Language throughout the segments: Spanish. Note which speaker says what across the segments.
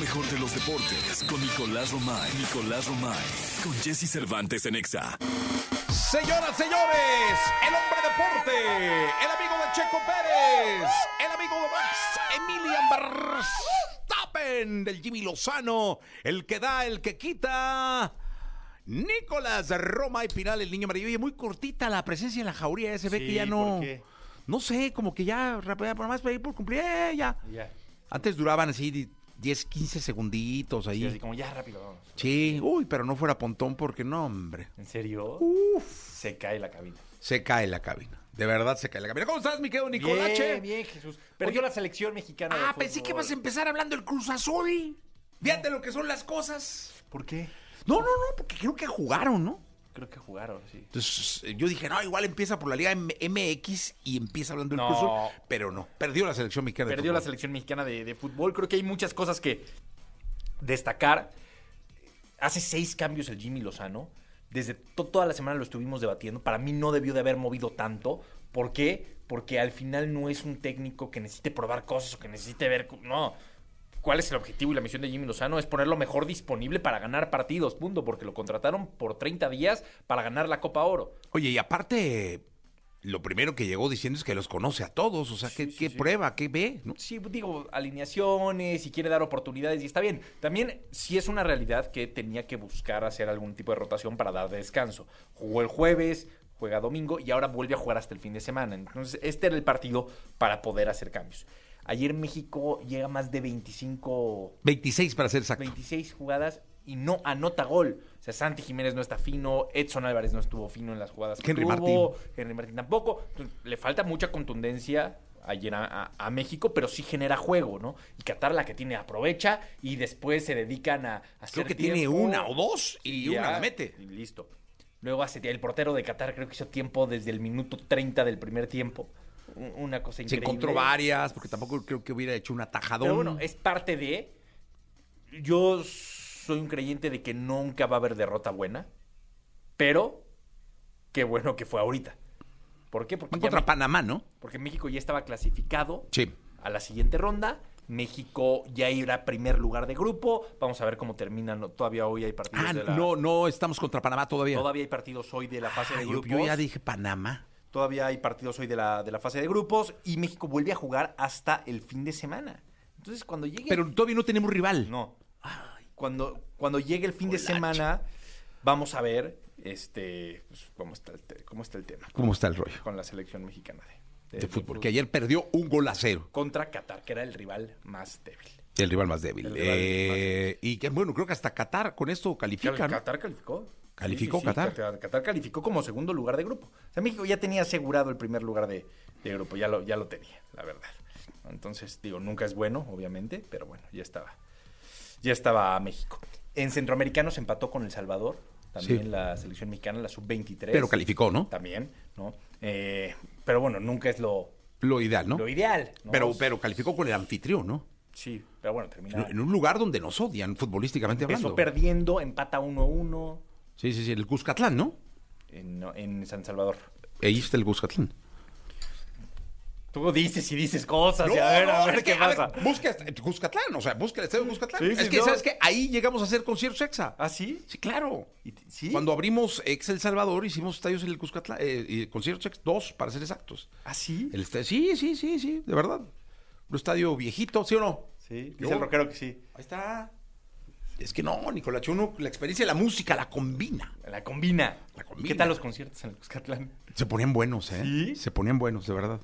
Speaker 1: mejor de los deportes con Nicolás Romay. Nicolás Romay. Con Jesse Cervantes en Exa.
Speaker 2: Señoras, señores, el hombre deporte, el amigo de Checo Pérez, el amigo de Max, Emilian Verstappen, del Jimmy Lozano, el que da, el que quita. Nicolás Roma y Pinal, el niño amarillo. Oye, muy cortita la presencia en la jauría, eh, se ve
Speaker 3: Sí,
Speaker 2: que ya no.
Speaker 3: ¿por qué?
Speaker 2: No sé, como que ya, rápido, por más por ahí, por cumplir, eh, ya.
Speaker 3: Ya.
Speaker 2: Antes duraban así 10, 15 segunditos
Speaker 3: Sí,
Speaker 2: ahí.
Speaker 3: así como ya rápido. vámonos.
Speaker 2: Sí, uy, pero no fuera pontón porque no, hombre.
Speaker 3: ¿En serio? Se cae la cabina.
Speaker 2: Se cae la cabina. De verdad se cae la cabina. ¿Cómo estás, mi querido Nicolache?
Speaker 3: Bien, bien, Jesús. Perdió la selección mexicana. de
Speaker 2: Ah, pensé
Speaker 3: fútbol.
Speaker 2: que ibas a empezar hablando del Cruz Azul. Fíjate lo que son las cosas.
Speaker 3: ¿Por qué?
Speaker 2: No, no, no, porque creo que jugaron, ¿no?
Speaker 3: Creo que jugaron, sí.
Speaker 2: Entonces eh, yo dije, no, igual empieza por la Liga M- MX y empieza hablando del
Speaker 3: No.
Speaker 2: Cruz Azul. Pero no, perdió la selección mexicana. de
Speaker 3: Perdió la
Speaker 2: fútbol.
Speaker 3: selección mexicana de, de fútbol. Creo que hay muchas cosas que destacar. Hace seis cambios el Jimmy Lozano. Desde to- toda la semana lo estuvimos debatiendo. Para mí no debió de haber movido tanto. ¿Por qué? Porque al final no es un técnico que necesite probar cosas o que necesite ver. cu- No. ¿Cuál es el objetivo y la misión de Jimmy Lozano? Es poner lo mejor disponible para ganar partidos, punto, porque lo contrataron por 30 días para ganar la Copa Oro.
Speaker 2: Oye, y aparte, lo primero que llegó diciendo es que los conoce a todos. O sea, ¿qué, qué prueba? ¿Qué ve? ¿no?
Speaker 3: sí, digo, alineaciones y quiere dar oportunidades y está bien. También sí es una realidad que tenía que buscar hacer algún tipo de rotación para dar descanso. Jugó el jueves, juega domingo y ahora vuelve a jugar hasta el fin de semana. Entonces, este era el partido para poder hacer cambios. Ayer México llega a más de 25
Speaker 2: 26 para ser exacto.
Speaker 3: 26 jugadas y no anota gol. O sea, Santi Jiménez no está fino, Edson Álvarez no estuvo fino en las jugadas que
Speaker 2: Henry
Speaker 3: tuvo,
Speaker 2: Martín.
Speaker 3: Henry Martín tampoco. Entonces, le falta mucha contundencia ayer a, a- a México, pero sí genera juego, ¿no? Y Qatar la que tiene aprovecha y después se dedican a, a hacer
Speaker 2: Creo que tiene
Speaker 3: tiempo
Speaker 2: una o dos y, una
Speaker 3: ya,
Speaker 2: la mete.
Speaker 3: Y listo. Luego hace el portero de Qatar creo que hizo tiempo desde el minuto 30 del primer tiempo. Un- Una cosa
Speaker 2: Se
Speaker 3: increíble.
Speaker 2: encontró varias, porque tampoco creo que hubiera hecho una tajadón.
Speaker 3: Pero bueno, es parte de. Yo soy un creyente de que nunca va a haber derrota buena. Pero qué bueno que fue ahorita. ¿Por qué? Porque,
Speaker 2: Van
Speaker 3: ya
Speaker 2: contra
Speaker 3: Me-
Speaker 2: Panamá, ¿no?
Speaker 3: porque México ya estaba clasificado
Speaker 2: Sí.
Speaker 3: a la siguiente ronda. México ya irá a primer lugar de grupo. Vamos a ver cómo terminan. No, Todavía hoy hay partidos
Speaker 2: Ah,
Speaker 3: de la.
Speaker 2: no, no estamos contra Panamá todavía.
Speaker 3: Todavía hay partidos hoy de la fase
Speaker 2: Ah,
Speaker 3: de
Speaker 2: yo,
Speaker 3: grupos.
Speaker 2: yo ya dije Panamá.
Speaker 3: Todavía hay partidos hoy de la, de la fase de grupos. Y México vuelve a jugar hasta el fin de semana. Entonces, cuando llegue.
Speaker 2: Pero todavía no tenemos rival.
Speaker 3: No. Cuando, cuando llegue el fin de semana, vamos a ver este, pues, cómo, está el te- cómo está el tema
Speaker 2: ¿Cómo está el rollo?
Speaker 3: con la selección mexicana de, de-
Speaker 2: De
Speaker 3: de
Speaker 2: fútbol, que ayer perdió un gol a cero.
Speaker 3: Contra Qatar, que era el rival más débil.
Speaker 2: El rival más débil.
Speaker 3: El rival
Speaker 2: Eh,
Speaker 3: más débil.
Speaker 2: Y que, bueno, creo que hasta Qatar con esto califica, ¿no?
Speaker 3: Qatar calificó.
Speaker 2: Calificó Qatar.
Speaker 3: Qatar calificó como segundo lugar de grupo. O sea, México ya tenía asegurado el primer lugar de, de grupo, ya lo, ya lo tenía, la verdad. Entonces, digo, nunca es bueno, obviamente, pero bueno, ya estaba. Ya estaba México. En Centroamericanos empató con El Salvador, también
Speaker 2: Sí.
Speaker 3: la selección mexicana, la sub-23.
Speaker 2: Pero calificó, ¿no?
Speaker 3: También, ¿no? Eh, pero bueno, nunca es lo,
Speaker 2: Lo ideal, ¿no?
Speaker 3: lo ideal. ¿no?
Speaker 2: Pero, pero calificó con el anfitrión, ¿no?
Speaker 3: Sí, pero bueno, termina.
Speaker 2: En- En un lugar donde nos odian futbolísticamente
Speaker 3: Empezó
Speaker 2: hablando.
Speaker 3: perdiendo, empata 1-1
Speaker 2: Sí, sí, sí, el Cuscatlán, ¿no?
Speaker 3: en, en San Salvador.
Speaker 2: Ahí está el Cuscatlán.
Speaker 3: Tú dices y dices cosas, y a
Speaker 2: No,
Speaker 3: ver,
Speaker 2: no,
Speaker 3: a ver
Speaker 2: es
Speaker 3: qué
Speaker 2: que,
Speaker 3: pasa.
Speaker 2: ver, busca este- Cuscatlán, o sea, busca el estadio de Cuscatlán.
Speaker 3: Sí,
Speaker 2: es
Speaker 3: sí,
Speaker 2: que,
Speaker 3: no.
Speaker 2: ¿sabes qué? Ahí llegamos a hacer conciertos exa.
Speaker 3: ¿Ah, sí?
Speaker 2: Sí, claro.
Speaker 3: ¿Y t- ¿Sí?
Speaker 2: Cuando abrimos ex El Salvador, hicimos estadios en el Cuscatlán, eh, y conciertos ex dos, para ser exactos.
Speaker 3: ¿Ah, sí?
Speaker 2: El estadio- sí, sí, sí, sí, de verdad. Un estadio viejito, ¿sí o no?
Speaker 3: Sí,
Speaker 2: Yo-
Speaker 3: dice el rockero que sí.
Speaker 2: Ahí está. Es que no, Nicolás, uno la experiencia de la música la combina.
Speaker 3: La combina.
Speaker 2: La combina.
Speaker 3: ¿Qué tal los conciertos en el Cuscatlán?
Speaker 2: Se ponían buenos, ¿eh?
Speaker 3: ¿Sí?
Speaker 2: Se ponían buenos, de verdad.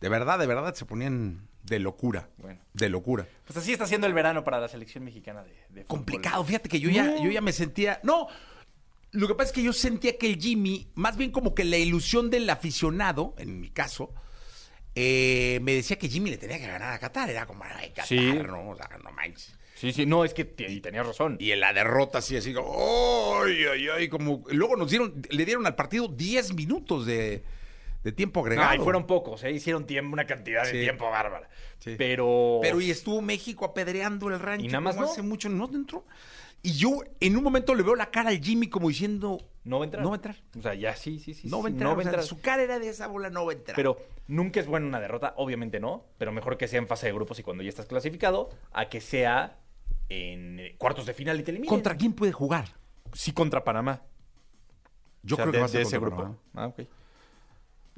Speaker 2: De verdad, de verdad, se ponían de locura.
Speaker 3: Bueno.
Speaker 2: De locura.
Speaker 3: Pues así está siendo el verano para la selección mexicana de, de fútbol.
Speaker 2: Complicado, fíjate que yo, ya, yo ya me sentía. No, lo que pasa es que yo sentía que el Jimmy, más bien como que la ilusión del aficionado, en mi caso, eh, me decía que Jimmy le tenía que ganar a Qatar. Era como, ay, Qatar,
Speaker 3: Sí.
Speaker 2: no, o sea, no manches.
Speaker 3: Sí, sí, no, es que te- y tenías razón.
Speaker 2: Y en la derrota así, así, como, ay, ay, ay, como luego nos dieron, le dieron al partido 10 minutos de, de tiempo agregado.
Speaker 3: No, y fueron pocos, ¿eh? Hicieron tiempo, una cantidad de
Speaker 2: Sí.
Speaker 3: tiempo bárbara.
Speaker 2: Sí.
Speaker 3: Pero...
Speaker 2: Pero y estuvo México apedreando el rancho.
Speaker 3: Y nada más
Speaker 2: como
Speaker 3: no.
Speaker 2: hace mucho no entró. Y yo en un momento le veo la cara al Jimmy como diciendo,
Speaker 3: No va a entrar.
Speaker 2: No va a entrar.
Speaker 3: O sea, ya sí, sí, sí.
Speaker 2: no va a
Speaker 3: sí,
Speaker 2: entrar.
Speaker 3: No va
Speaker 2: o
Speaker 3: a
Speaker 2: sea,
Speaker 3: entrar.
Speaker 2: Su cara era de esa bola, no va a entrar.
Speaker 3: Pero nunca es buena una derrota, obviamente no, pero mejor que sea en fase de grupos y cuando ya estás clasificado, a que sea en eh, cuartos de final y te eliminan.
Speaker 2: ¿Contra quién puede jugar?
Speaker 3: Sí, contra Panamá.
Speaker 2: Yo
Speaker 3: O sea,
Speaker 2: creo que
Speaker 3: de-
Speaker 2: va a ser
Speaker 3: de ese
Speaker 2: contra
Speaker 3: grupo.
Speaker 2: Panamá.
Speaker 3: Ah, ok.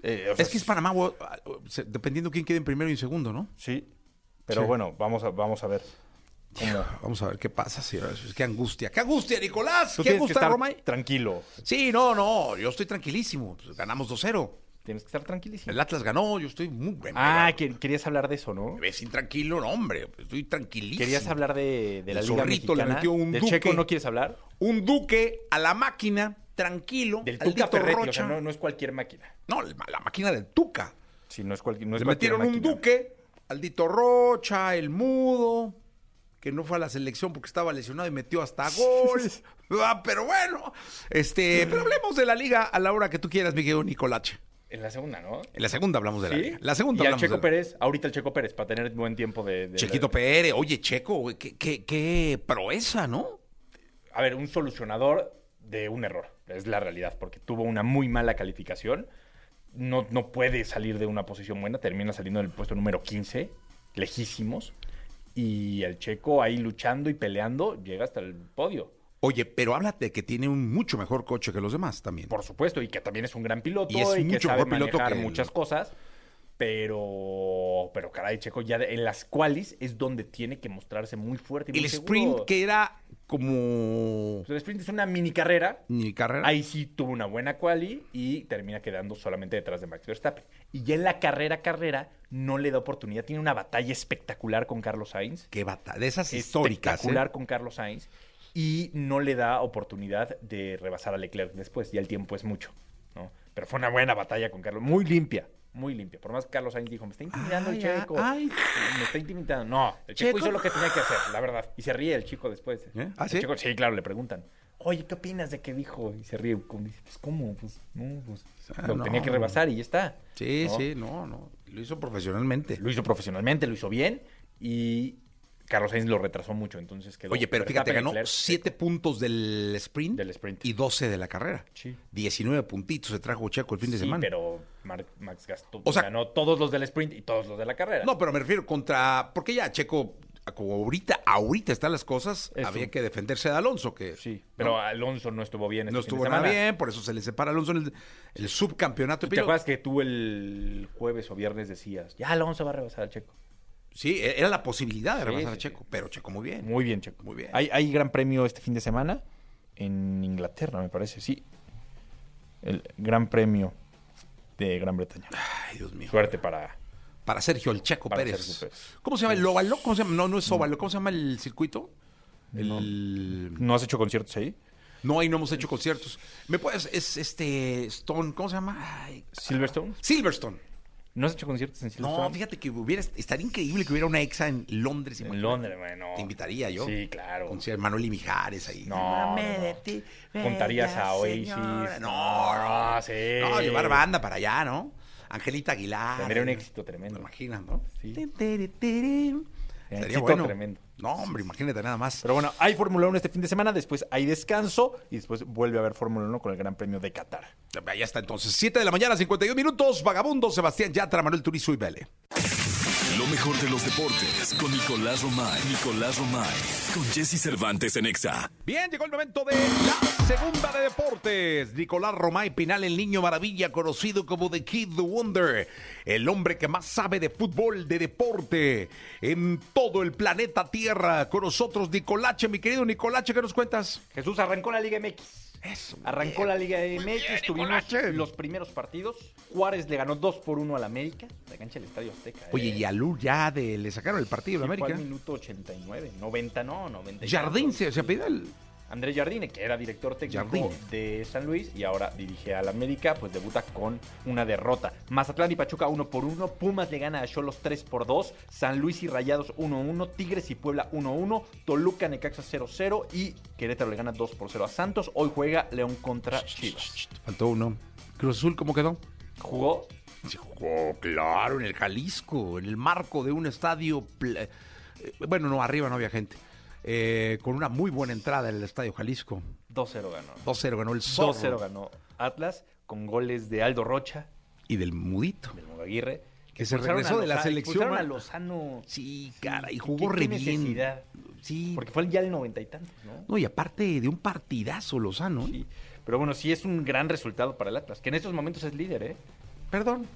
Speaker 3: Eh, o sea,
Speaker 2: Es que es Panamá, o- o- se- dependiendo quién quede en primero y en segundo, ¿no?
Speaker 3: Sí, pero
Speaker 2: Sí.
Speaker 3: bueno, vamos a, vamos a ver. cómo-
Speaker 2: Vamos a ver qué pasa, sí, Qué angustia. ¡Qué angustia, Nicolás!
Speaker 3: Tú
Speaker 2: ¡Qué
Speaker 3: tienes que
Speaker 2: angustia,
Speaker 3: estar
Speaker 2: Romay!
Speaker 3: tranquilo.
Speaker 2: Sí, no, no, yo estoy tranquilísimo. Pues, ganamos 2-0.
Speaker 3: Tienes que estar tranquilísimo.
Speaker 2: El Atlas ganó, yo estoy muy bueno.
Speaker 3: Ah, que- querías hablar de eso, ¿no?
Speaker 2: Me ves intranquilo, no, hombre. Estoy tranquilísimo.
Speaker 3: Querías hablar de, de la
Speaker 2: El
Speaker 3: Liga
Speaker 2: zorrito le
Speaker 3: Mexicana.
Speaker 2: metió un
Speaker 3: ¿Del
Speaker 2: duque.
Speaker 3: Checo no quieres hablar?
Speaker 2: Un duque a la máquina, tranquilo.
Speaker 3: Del
Speaker 2: al
Speaker 3: Tuca
Speaker 2: Tito
Speaker 3: Ferretti, o
Speaker 2: Rocha.
Speaker 3: sea, no, no es cualquier máquina.
Speaker 2: No, el- la máquina del Tuca.
Speaker 3: Sí, no es, cual- no es
Speaker 2: Le
Speaker 3: cualquier
Speaker 2: metieron un
Speaker 3: máquina.
Speaker 2: duque, Aldito Rocha, el mudo, que no fue a la selección porque estaba lesionado y metió hasta gol. Ah, pero bueno, este, pero hablemos de la liga a la hora que tú quieras, mi querido Nicolache.
Speaker 3: En la segunda, ¿no?
Speaker 2: En la segunda hablamos de la
Speaker 3: Sí.
Speaker 2: liga. La segunda
Speaker 3: y al
Speaker 2: hablamos
Speaker 3: Checo
Speaker 2: de la-
Speaker 3: Pérez, ahorita el Checo Pérez, para tener buen tiempo de... de-
Speaker 2: Chequito Pérez, oye, Checo, güey, qué, qué, qué proeza, ¿no?
Speaker 3: A ver, un solucionador de un error. Es la realidad, porque tuvo una muy mala calificación. No, no puede salir de una posición buena. Termina saliendo del puesto número 15, lejísimos. Y el checo ahí luchando y peleando llega hasta el podio.
Speaker 2: Oye, pero háblate que tiene un mucho mejor coche que los demás también.
Speaker 3: Por supuesto, y que también es un gran piloto
Speaker 2: Y es
Speaker 3: y que
Speaker 2: mucho
Speaker 3: sabe
Speaker 2: mejor piloto
Speaker 3: manejar
Speaker 2: que el-
Speaker 3: muchas cosas. Pero, pero caray, Checo, ya de- en las cuales es donde tiene que mostrarse muy fuerte. Y
Speaker 2: el
Speaker 3: muy
Speaker 2: sprint
Speaker 3: seguro.
Speaker 2: que era como
Speaker 3: Pues El sprint es una mini carrera.
Speaker 2: mi carrera.
Speaker 3: Ahí sí tuvo una buena quali y termina quedando solamente detrás de Max Verstappen. Y ya en la carrera, carrera, no le da oportunidad. Tiene una batalla espectacular con Carlos Sainz.
Speaker 2: Qué bata, de esas históricas. ¿eh?
Speaker 3: Espectacular con Carlos Sainz. Y no le da oportunidad de rebasar a Leclerc después. Ya el tiempo es mucho. ¿no? Pero fue una buena batalla con Carlos. Muy limpia. Muy limpia. Por más que Carlos Sainz dijo, me está intimidando
Speaker 2: Ay,
Speaker 3: el checo.
Speaker 2: ay.
Speaker 3: Me está intimidando. No, el checo,
Speaker 2: Checo.
Speaker 3: hizo lo que tenía que hacer, la verdad. Y se ríe el chico después.
Speaker 2: ¿Eh? ¿Ah,
Speaker 3: El
Speaker 2: sí?
Speaker 3: Checo- sí, claro, le preguntan. Oye, ¿qué opinas de qué dijo? Y se ríe. como dice, pues, ¿cómo? Pues, no, pues,
Speaker 2: Ah,
Speaker 3: lo
Speaker 2: no.
Speaker 3: tenía que rebasar y ya está.
Speaker 2: Sí,
Speaker 3: ¿no?
Speaker 2: sí, no, no. Lo hizo profesionalmente.
Speaker 3: Lo hizo profesionalmente, lo hizo bien y Carlos Sainz lo retrasó mucho, entonces quedó.
Speaker 2: Oye, pero fíjate,
Speaker 3: Verstappen,
Speaker 2: ganó
Speaker 3: Leclerc,
Speaker 2: 7 puntos del sprint,
Speaker 3: Del sprint.
Speaker 2: y 12 de la carrera.
Speaker 3: Sí.
Speaker 2: 19 puntitos se trajo Checo el fin de
Speaker 3: Sí,
Speaker 2: semana.
Speaker 3: pero Mar- Max gastó,
Speaker 2: O sea-
Speaker 3: ganó todos los del sprint y todos los de la carrera.
Speaker 2: No, pero me refiero contra. Porque ya Checo, como ahorita, ahorita están las cosas,
Speaker 3: Eso.
Speaker 2: había que defenderse de Alonso, que.
Speaker 3: sí,
Speaker 2: ¿no?
Speaker 3: pero Alonso no estuvo bien.
Speaker 2: no,
Speaker 3: este fin de
Speaker 2: estuvo nada
Speaker 3: semana.
Speaker 2: bien, por eso se le separa a Alonso en el, el subcampeonato. de
Speaker 3: ¿Te
Speaker 2: pilotos.
Speaker 3: acuerdas que tú el jueves o viernes decías, ya Alonso va a rebasar al Checo?
Speaker 2: Sí, e-, era la posibilidad de
Speaker 3: Sí,
Speaker 2: rebasar
Speaker 3: sí,
Speaker 2: a Checo, pero Checo muy bien.
Speaker 3: Muy bien, Checo.
Speaker 2: Muy bien.
Speaker 3: Hay, hay gran premio este fin de semana en Inglaterra, me parece, sí. El gran premio de Gran Bretaña.
Speaker 2: Ay, Dios mío.
Speaker 3: Suerte para
Speaker 2: Para Sergio el Checo
Speaker 3: Para
Speaker 2: Pérez.
Speaker 3: Sergio Pérez.
Speaker 2: ¿Cómo se llama el óvalo? ¿Cómo se llama? No, no es óvalo. ¿Cómo se llama el circuito?
Speaker 3: No.
Speaker 2: El...
Speaker 3: ¿No has hecho conciertos ahí?
Speaker 2: No, ahí no hemos hecho conciertos. ¿Me puedes? Es este Stone, ¿cómo se llama? Ay,
Speaker 3: ¿Silverstone?
Speaker 2: Silverstone.
Speaker 3: ¿No has hecho conciertos en Silverstone?
Speaker 2: No, fíjate que hubiera, estaría increíble que hubiera una exa en Londres.
Speaker 3: En
Speaker 2: imagínate.
Speaker 3: Londres, bueno.
Speaker 2: Te invitaría yo.
Speaker 3: Sí, claro.
Speaker 2: Con Sir Manuel y Mijares ahí.
Speaker 3: No, no, no. Contarías a Oasis.
Speaker 2: No, no,
Speaker 3: no, sí.
Speaker 2: No, llevar banda para allá, ¿no? Angelita Aguilar.
Speaker 3: eh. Tendría un
Speaker 2: eh,
Speaker 3: éxito tremendo.
Speaker 2: ¿Te imaginas, no?
Speaker 3: Sí.
Speaker 2: Tin, tiri, tiri.
Speaker 3: Un
Speaker 2: Sería
Speaker 3: éxito
Speaker 2: bueno.
Speaker 3: tremendo.
Speaker 2: No, hombre, imagínate nada más.
Speaker 3: Pero bueno, hay Fórmula 1 este fin de semana, después hay descanso y después vuelve a haber Fórmula 1 con el Gran Premio de Qatar.
Speaker 2: Ya está entonces. 7 de la mañana, 52 minutos. Vagabundo, Sebastián Yatra, Manuel Turizo y Vele.
Speaker 1: Lo mejor de los deportes con Nicolás Romay. Nicolás Romay. Con Jesse Cervantes en Exa.
Speaker 2: Bien, llegó el momento de la segunda de deportes. Nicolás Romay Pinal, el niño maravilla, conocido como The Kid The Wonder, el hombre que más sabe de fútbol, de deporte, en todo el planeta Tierra. Con nosotros, Nicolache, mi querido Nicolache, ¿qué nos cuentas?
Speaker 3: Jesús arrancó la Liga MX.
Speaker 2: Eso.
Speaker 3: Arrancó la Liga MX, tuvimos los primeros partidos. Juárez le ganó 2 por 1 al América. La cancha del Estadio Azteca.
Speaker 2: Oye,
Speaker 3: eh.
Speaker 2: y a Lul ya de- le sacaron el partido
Speaker 3: Sí,
Speaker 2: de
Speaker 3: fue al
Speaker 2: América.
Speaker 3: minuto 89, 90 no, 90.
Speaker 2: Jardín se, se apellida el-
Speaker 3: Andrés Jardine, que era director técnico
Speaker 2: Jardine.
Speaker 3: de San Luis y ahora dirige al América, pues debuta con una derrota. Mazatlán y Pachuca 1 por 1, Pumas le gana a Cholos 3 por 2, San Luis y Rayados 1-1, Tigres y Puebla 1-1, Toluca Necaxa 0-0 y Querétaro le gana 2 por 0 a Santos. Hoy juega León contra Chivas.
Speaker 2: Faltó uno. Cruz Azul, ¿cómo quedó?
Speaker 3: Jugó
Speaker 2: Se jugó, claro, en el Jalisco, en el marco de un estadio. pla- eh, Bueno, no, arriba no había gente. Eh, con una muy buena entrada en el estadio Jalisco.
Speaker 3: 2-0 ganó.
Speaker 2: 2-0 ganó el
Speaker 3: 2-0
Speaker 2: Zorro
Speaker 3: ganó Atlas con goles de Aldo Rocha,
Speaker 2: y del Mudito.
Speaker 3: del Mundo Aguirre.
Speaker 2: Que se
Speaker 3: Expulsaron
Speaker 2: regresó
Speaker 3: a
Speaker 2: de la
Speaker 3: Lozano-
Speaker 2: selección,
Speaker 3: expulsaron a
Speaker 2: man.
Speaker 3: Lozano
Speaker 2: Sí,
Speaker 3: Sí,
Speaker 2: cara, y
Speaker 3: ¿qué-
Speaker 2: jugó
Speaker 3: qué
Speaker 2: re bien.
Speaker 3: necesidad? Sí. Porque fue ya el noventa y tantos, ¿no?
Speaker 2: No, y aparte de un partidazo Lozano. ¿eh?
Speaker 3: Sí. Pero bueno, sí es un gran resultado para el Atlas, que en estos momentos es líder, ¿eh?
Speaker 2: Perdón.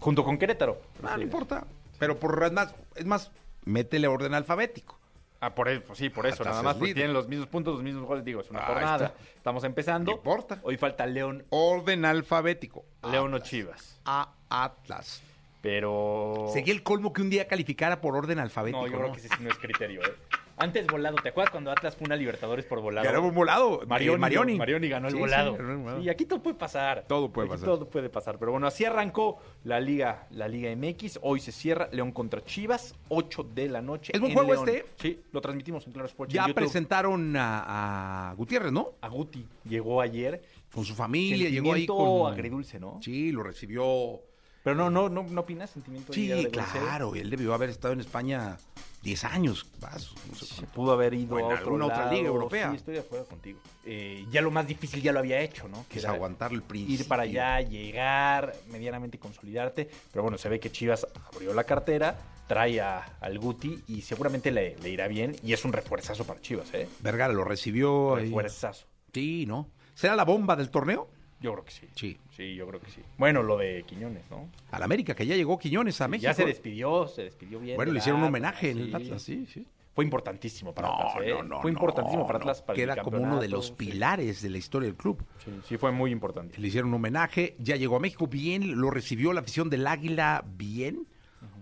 Speaker 3: Junto con Querétaro.
Speaker 2: Ah, No, no importa. Pero por es más, es más, métele orden alfabético.
Speaker 3: Ah, por eso, sí, por eso,
Speaker 2: Atlas
Speaker 3: nada más,
Speaker 2: es
Speaker 3: porque
Speaker 2: líder.
Speaker 3: tienen los mismos puntos, los mismos goles, digo, es una
Speaker 2: Ahí
Speaker 3: jornada.
Speaker 2: está.
Speaker 3: Estamos empezando.
Speaker 2: No importa. Ah,
Speaker 3: Hoy falta León,
Speaker 2: Orden alfabético.
Speaker 3: León o Chivas.
Speaker 2: A Atlas.
Speaker 3: Pero.
Speaker 2: Sería el colmo que un día calificara por orden alfabético.
Speaker 3: No, yo creo
Speaker 2: ¿no?
Speaker 3: que ese sí no es criterio, ¿eh? Antes volado, ¿te acuerdas cuando Atlas fue una Libertadores por volado?
Speaker 2: Ganó un volado.
Speaker 3: Marioni,
Speaker 2: eh, Marioni.
Speaker 3: Marioni ganó el
Speaker 2: Sí, sí,
Speaker 3: volado.
Speaker 2: ganó el volado.
Speaker 3: Y aquí todo puede pasar.
Speaker 2: Todo puede
Speaker 3: Aquí
Speaker 2: pasar.
Speaker 3: Todo puede pasar. Pero bueno, así arrancó la Liga, la Liga MX. Hoy se cierra León contra Chivas, 8 de la noche.
Speaker 2: ¿Es buen
Speaker 3: en
Speaker 2: juego
Speaker 3: León.
Speaker 2: este?
Speaker 3: Sí, lo transmitimos en Claro Sports.
Speaker 2: Ya
Speaker 3: en YouTube.
Speaker 2: presentaron a, a Gutiérrez, ¿no?
Speaker 3: A Guti llegó ayer.
Speaker 2: Con su familia, llegó ahí
Speaker 3: Sentimiento
Speaker 2: con...
Speaker 3: agridulce, ¿no?
Speaker 2: Sí, lo recibió.
Speaker 3: Pero no, no, no, no opinas sentimiento
Speaker 2: Sí,
Speaker 3: de agridulce?
Speaker 2: claro, él debió haber estado en España 10 años. vas, no sé
Speaker 3: Se
Speaker 2: cuánto.
Speaker 3: pudo haber ido
Speaker 2: O en
Speaker 3: a otro
Speaker 2: alguna otra
Speaker 3: lado.
Speaker 2: liga europea.
Speaker 3: Sí, estoy de acuerdo contigo. Eh, ya lo más difícil ya lo había hecho, ¿no?
Speaker 2: Que es
Speaker 3: era
Speaker 2: aguantar el principio.
Speaker 3: Ir para allá, llegar, medianamente consolidarte. Pero bueno, se ve que Chivas abrió la cartera, trae a, al Guti y seguramente le, le irá bien. Y es un refuerzazo para Chivas, ¿eh?
Speaker 2: Vergara lo recibió. ahí.
Speaker 3: Refuerzazo.
Speaker 2: Sí, ¿no? ¿Será la bomba del torneo?
Speaker 3: Yo creo que sí.
Speaker 2: Sí.
Speaker 3: Sí, yo creo que sí. Bueno, lo de Quiñones, ¿no?
Speaker 2: Al América, que ya llegó Quiñones a México.
Speaker 3: Ya se despidió, se despidió bien.
Speaker 2: Bueno,
Speaker 3: del
Speaker 2: le hicieron un
Speaker 3: Atlas,
Speaker 2: homenaje en
Speaker 3: sí.
Speaker 2: el Atlas, sí, sí.
Speaker 3: Fue importantísimo para Atlas, ¿eh? Fue
Speaker 2: no,
Speaker 3: importantísimo para
Speaker 2: no.
Speaker 3: Atlas. Para el
Speaker 2: Queda como uno de
Speaker 3: campeonato,
Speaker 2: los
Speaker 3: sí.
Speaker 2: pilares de la historia del club.
Speaker 3: Sí, sí, fue muy importante.
Speaker 2: Le hicieron un homenaje, ya llegó a México bien, lo recibió la afición del Águila bien.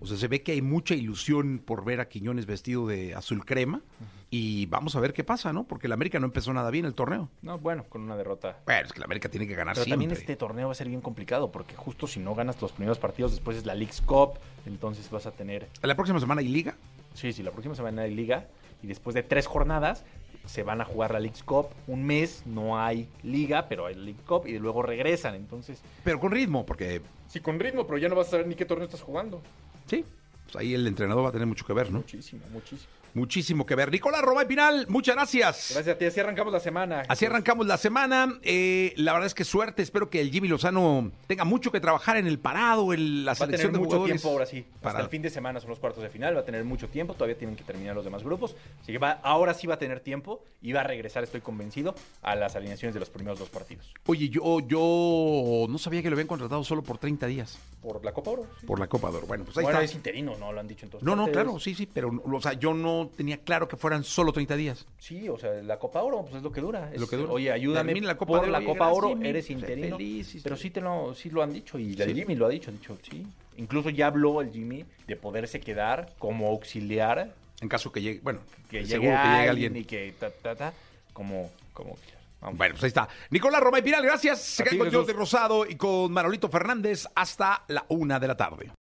Speaker 2: O sea, se ve que hay mucha ilusión por ver a Quiñones vestido de azul crema. Y vamos a ver qué pasa, ¿no? Porque el América no empezó nada bien el torneo.
Speaker 3: No, bueno, con una derrota.
Speaker 2: Bueno, es que el América tiene que ganar
Speaker 3: Pero
Speaker 2: siempre.
Speaker 3: también este torneo va a ser bien complicado porque justo si no ganas los primeros partidos, después es la League's Cup, entonces vas a tener,
Speaker 2: La próxima semana hay liga.
Speaker 3: sí, sí, la próxima semana hay liga y después de tres jornadas se van a jugar la League's Cup, un mes no hay liga, pero hay League's Cup y luego regresan, entonces...
Speaker 2: Pero con ritmo, porque
Speaker 3: Sí, con ritmo, pero ya no vas a saber ni qué torneo estás jugando.
Speaker 2: sí, pues ahí el entrenador va a tener mucho que ver, ¿no?
Speaker 3: Muchísimo, muchísimo.
Speaker 2: Muchísimo que ver. Nicolás Romay Pinal, muchas gracias.
Speaker 3: Gracias a ti, así arrancamos la semana.
Speaker 2: Así arrancamos la semana. Eh, la verdad es que suerte. Espero que el Jimmy Lozano tenga mucho que trabajar en el parado, en la
Speaker 3: Va a tener
Speaker 2: selección de
Speaker 3: mucho
Speaker 2: jugadores.
Speaker 3: tiempo ahora sí. Hasta
Speaker 2: para-
Speaker 3: el fin de semana son los cuartos de final. Va a tener mucho tiempo. Todavía tienen que terminar los demás grupos. Así que va, ahora sí va a tener tiempo y va a regresar, estoy convencido, a las alineaciones de los primeros dos partidos.
Speaker 2: Oye, yo, yo no sabía que lo habían contratado solo por 30 días
Speaker 3: Por la Copa Oro. sí.
Speaker 2: por la Copa de Oro. Bueno, pues ahí
Speaker 3: bueno, es
Speaker 2: está.
Speaker 3: interino, ¿no? Lo han dicho entonces.
Speaker 2: No, no, claro, sí, sí, pero o sea, yo no tenía claro que fueran solo 30 días.
Speaker 3: Sí, o sea, la Copa Oro, pues es lo que dura. Es,
Speaker 2: Lo que dura.
Speaker 3: Oye, ayúdame
Speaker 2: Termina la Copa
Speaker 3: por
Speaker 2: de Oro
Speaker 3: la
Speaker 2: y
Speaker 3: Copa
Speaker 2: gracias,
Speaker 3: Oro,
Speaker 2: Jimmy.
Speaker 3: eres
Speaker 2: Sé
Speaker 3: interino.
Speaker 2: feliz, sí,
Speaker 3: pero
Speaker 2: sí.
Speaker 3: sí, te lo, sí lo han dicho y el
Speaker 2: Sí.
Speaker 3: Jimmy lo ha dicho, ha dicho, sí. Incluso ya habló el Jimmy de poderse quedar como auxiliar
Speaker 2: En caso que llegue, bueno, seguro
Speaker 3: que llegue
Speaker 2: que llegue
Speaker 3: alguien,
Speaker 2: alguien.
Speaker 3: y que ta, ta, ta, como, como auxiliar. Vamos.
Speaker 2: Bueno, pues ahí está. Nicolás Romay Pinal, gracias. Se
Speaker 3: A ti,
Speaker 2: quedan con
Speaker 3: Jesús.
Speaker 2: Jordi Rosado y con Manolito Fernández hasta la una de la tarde.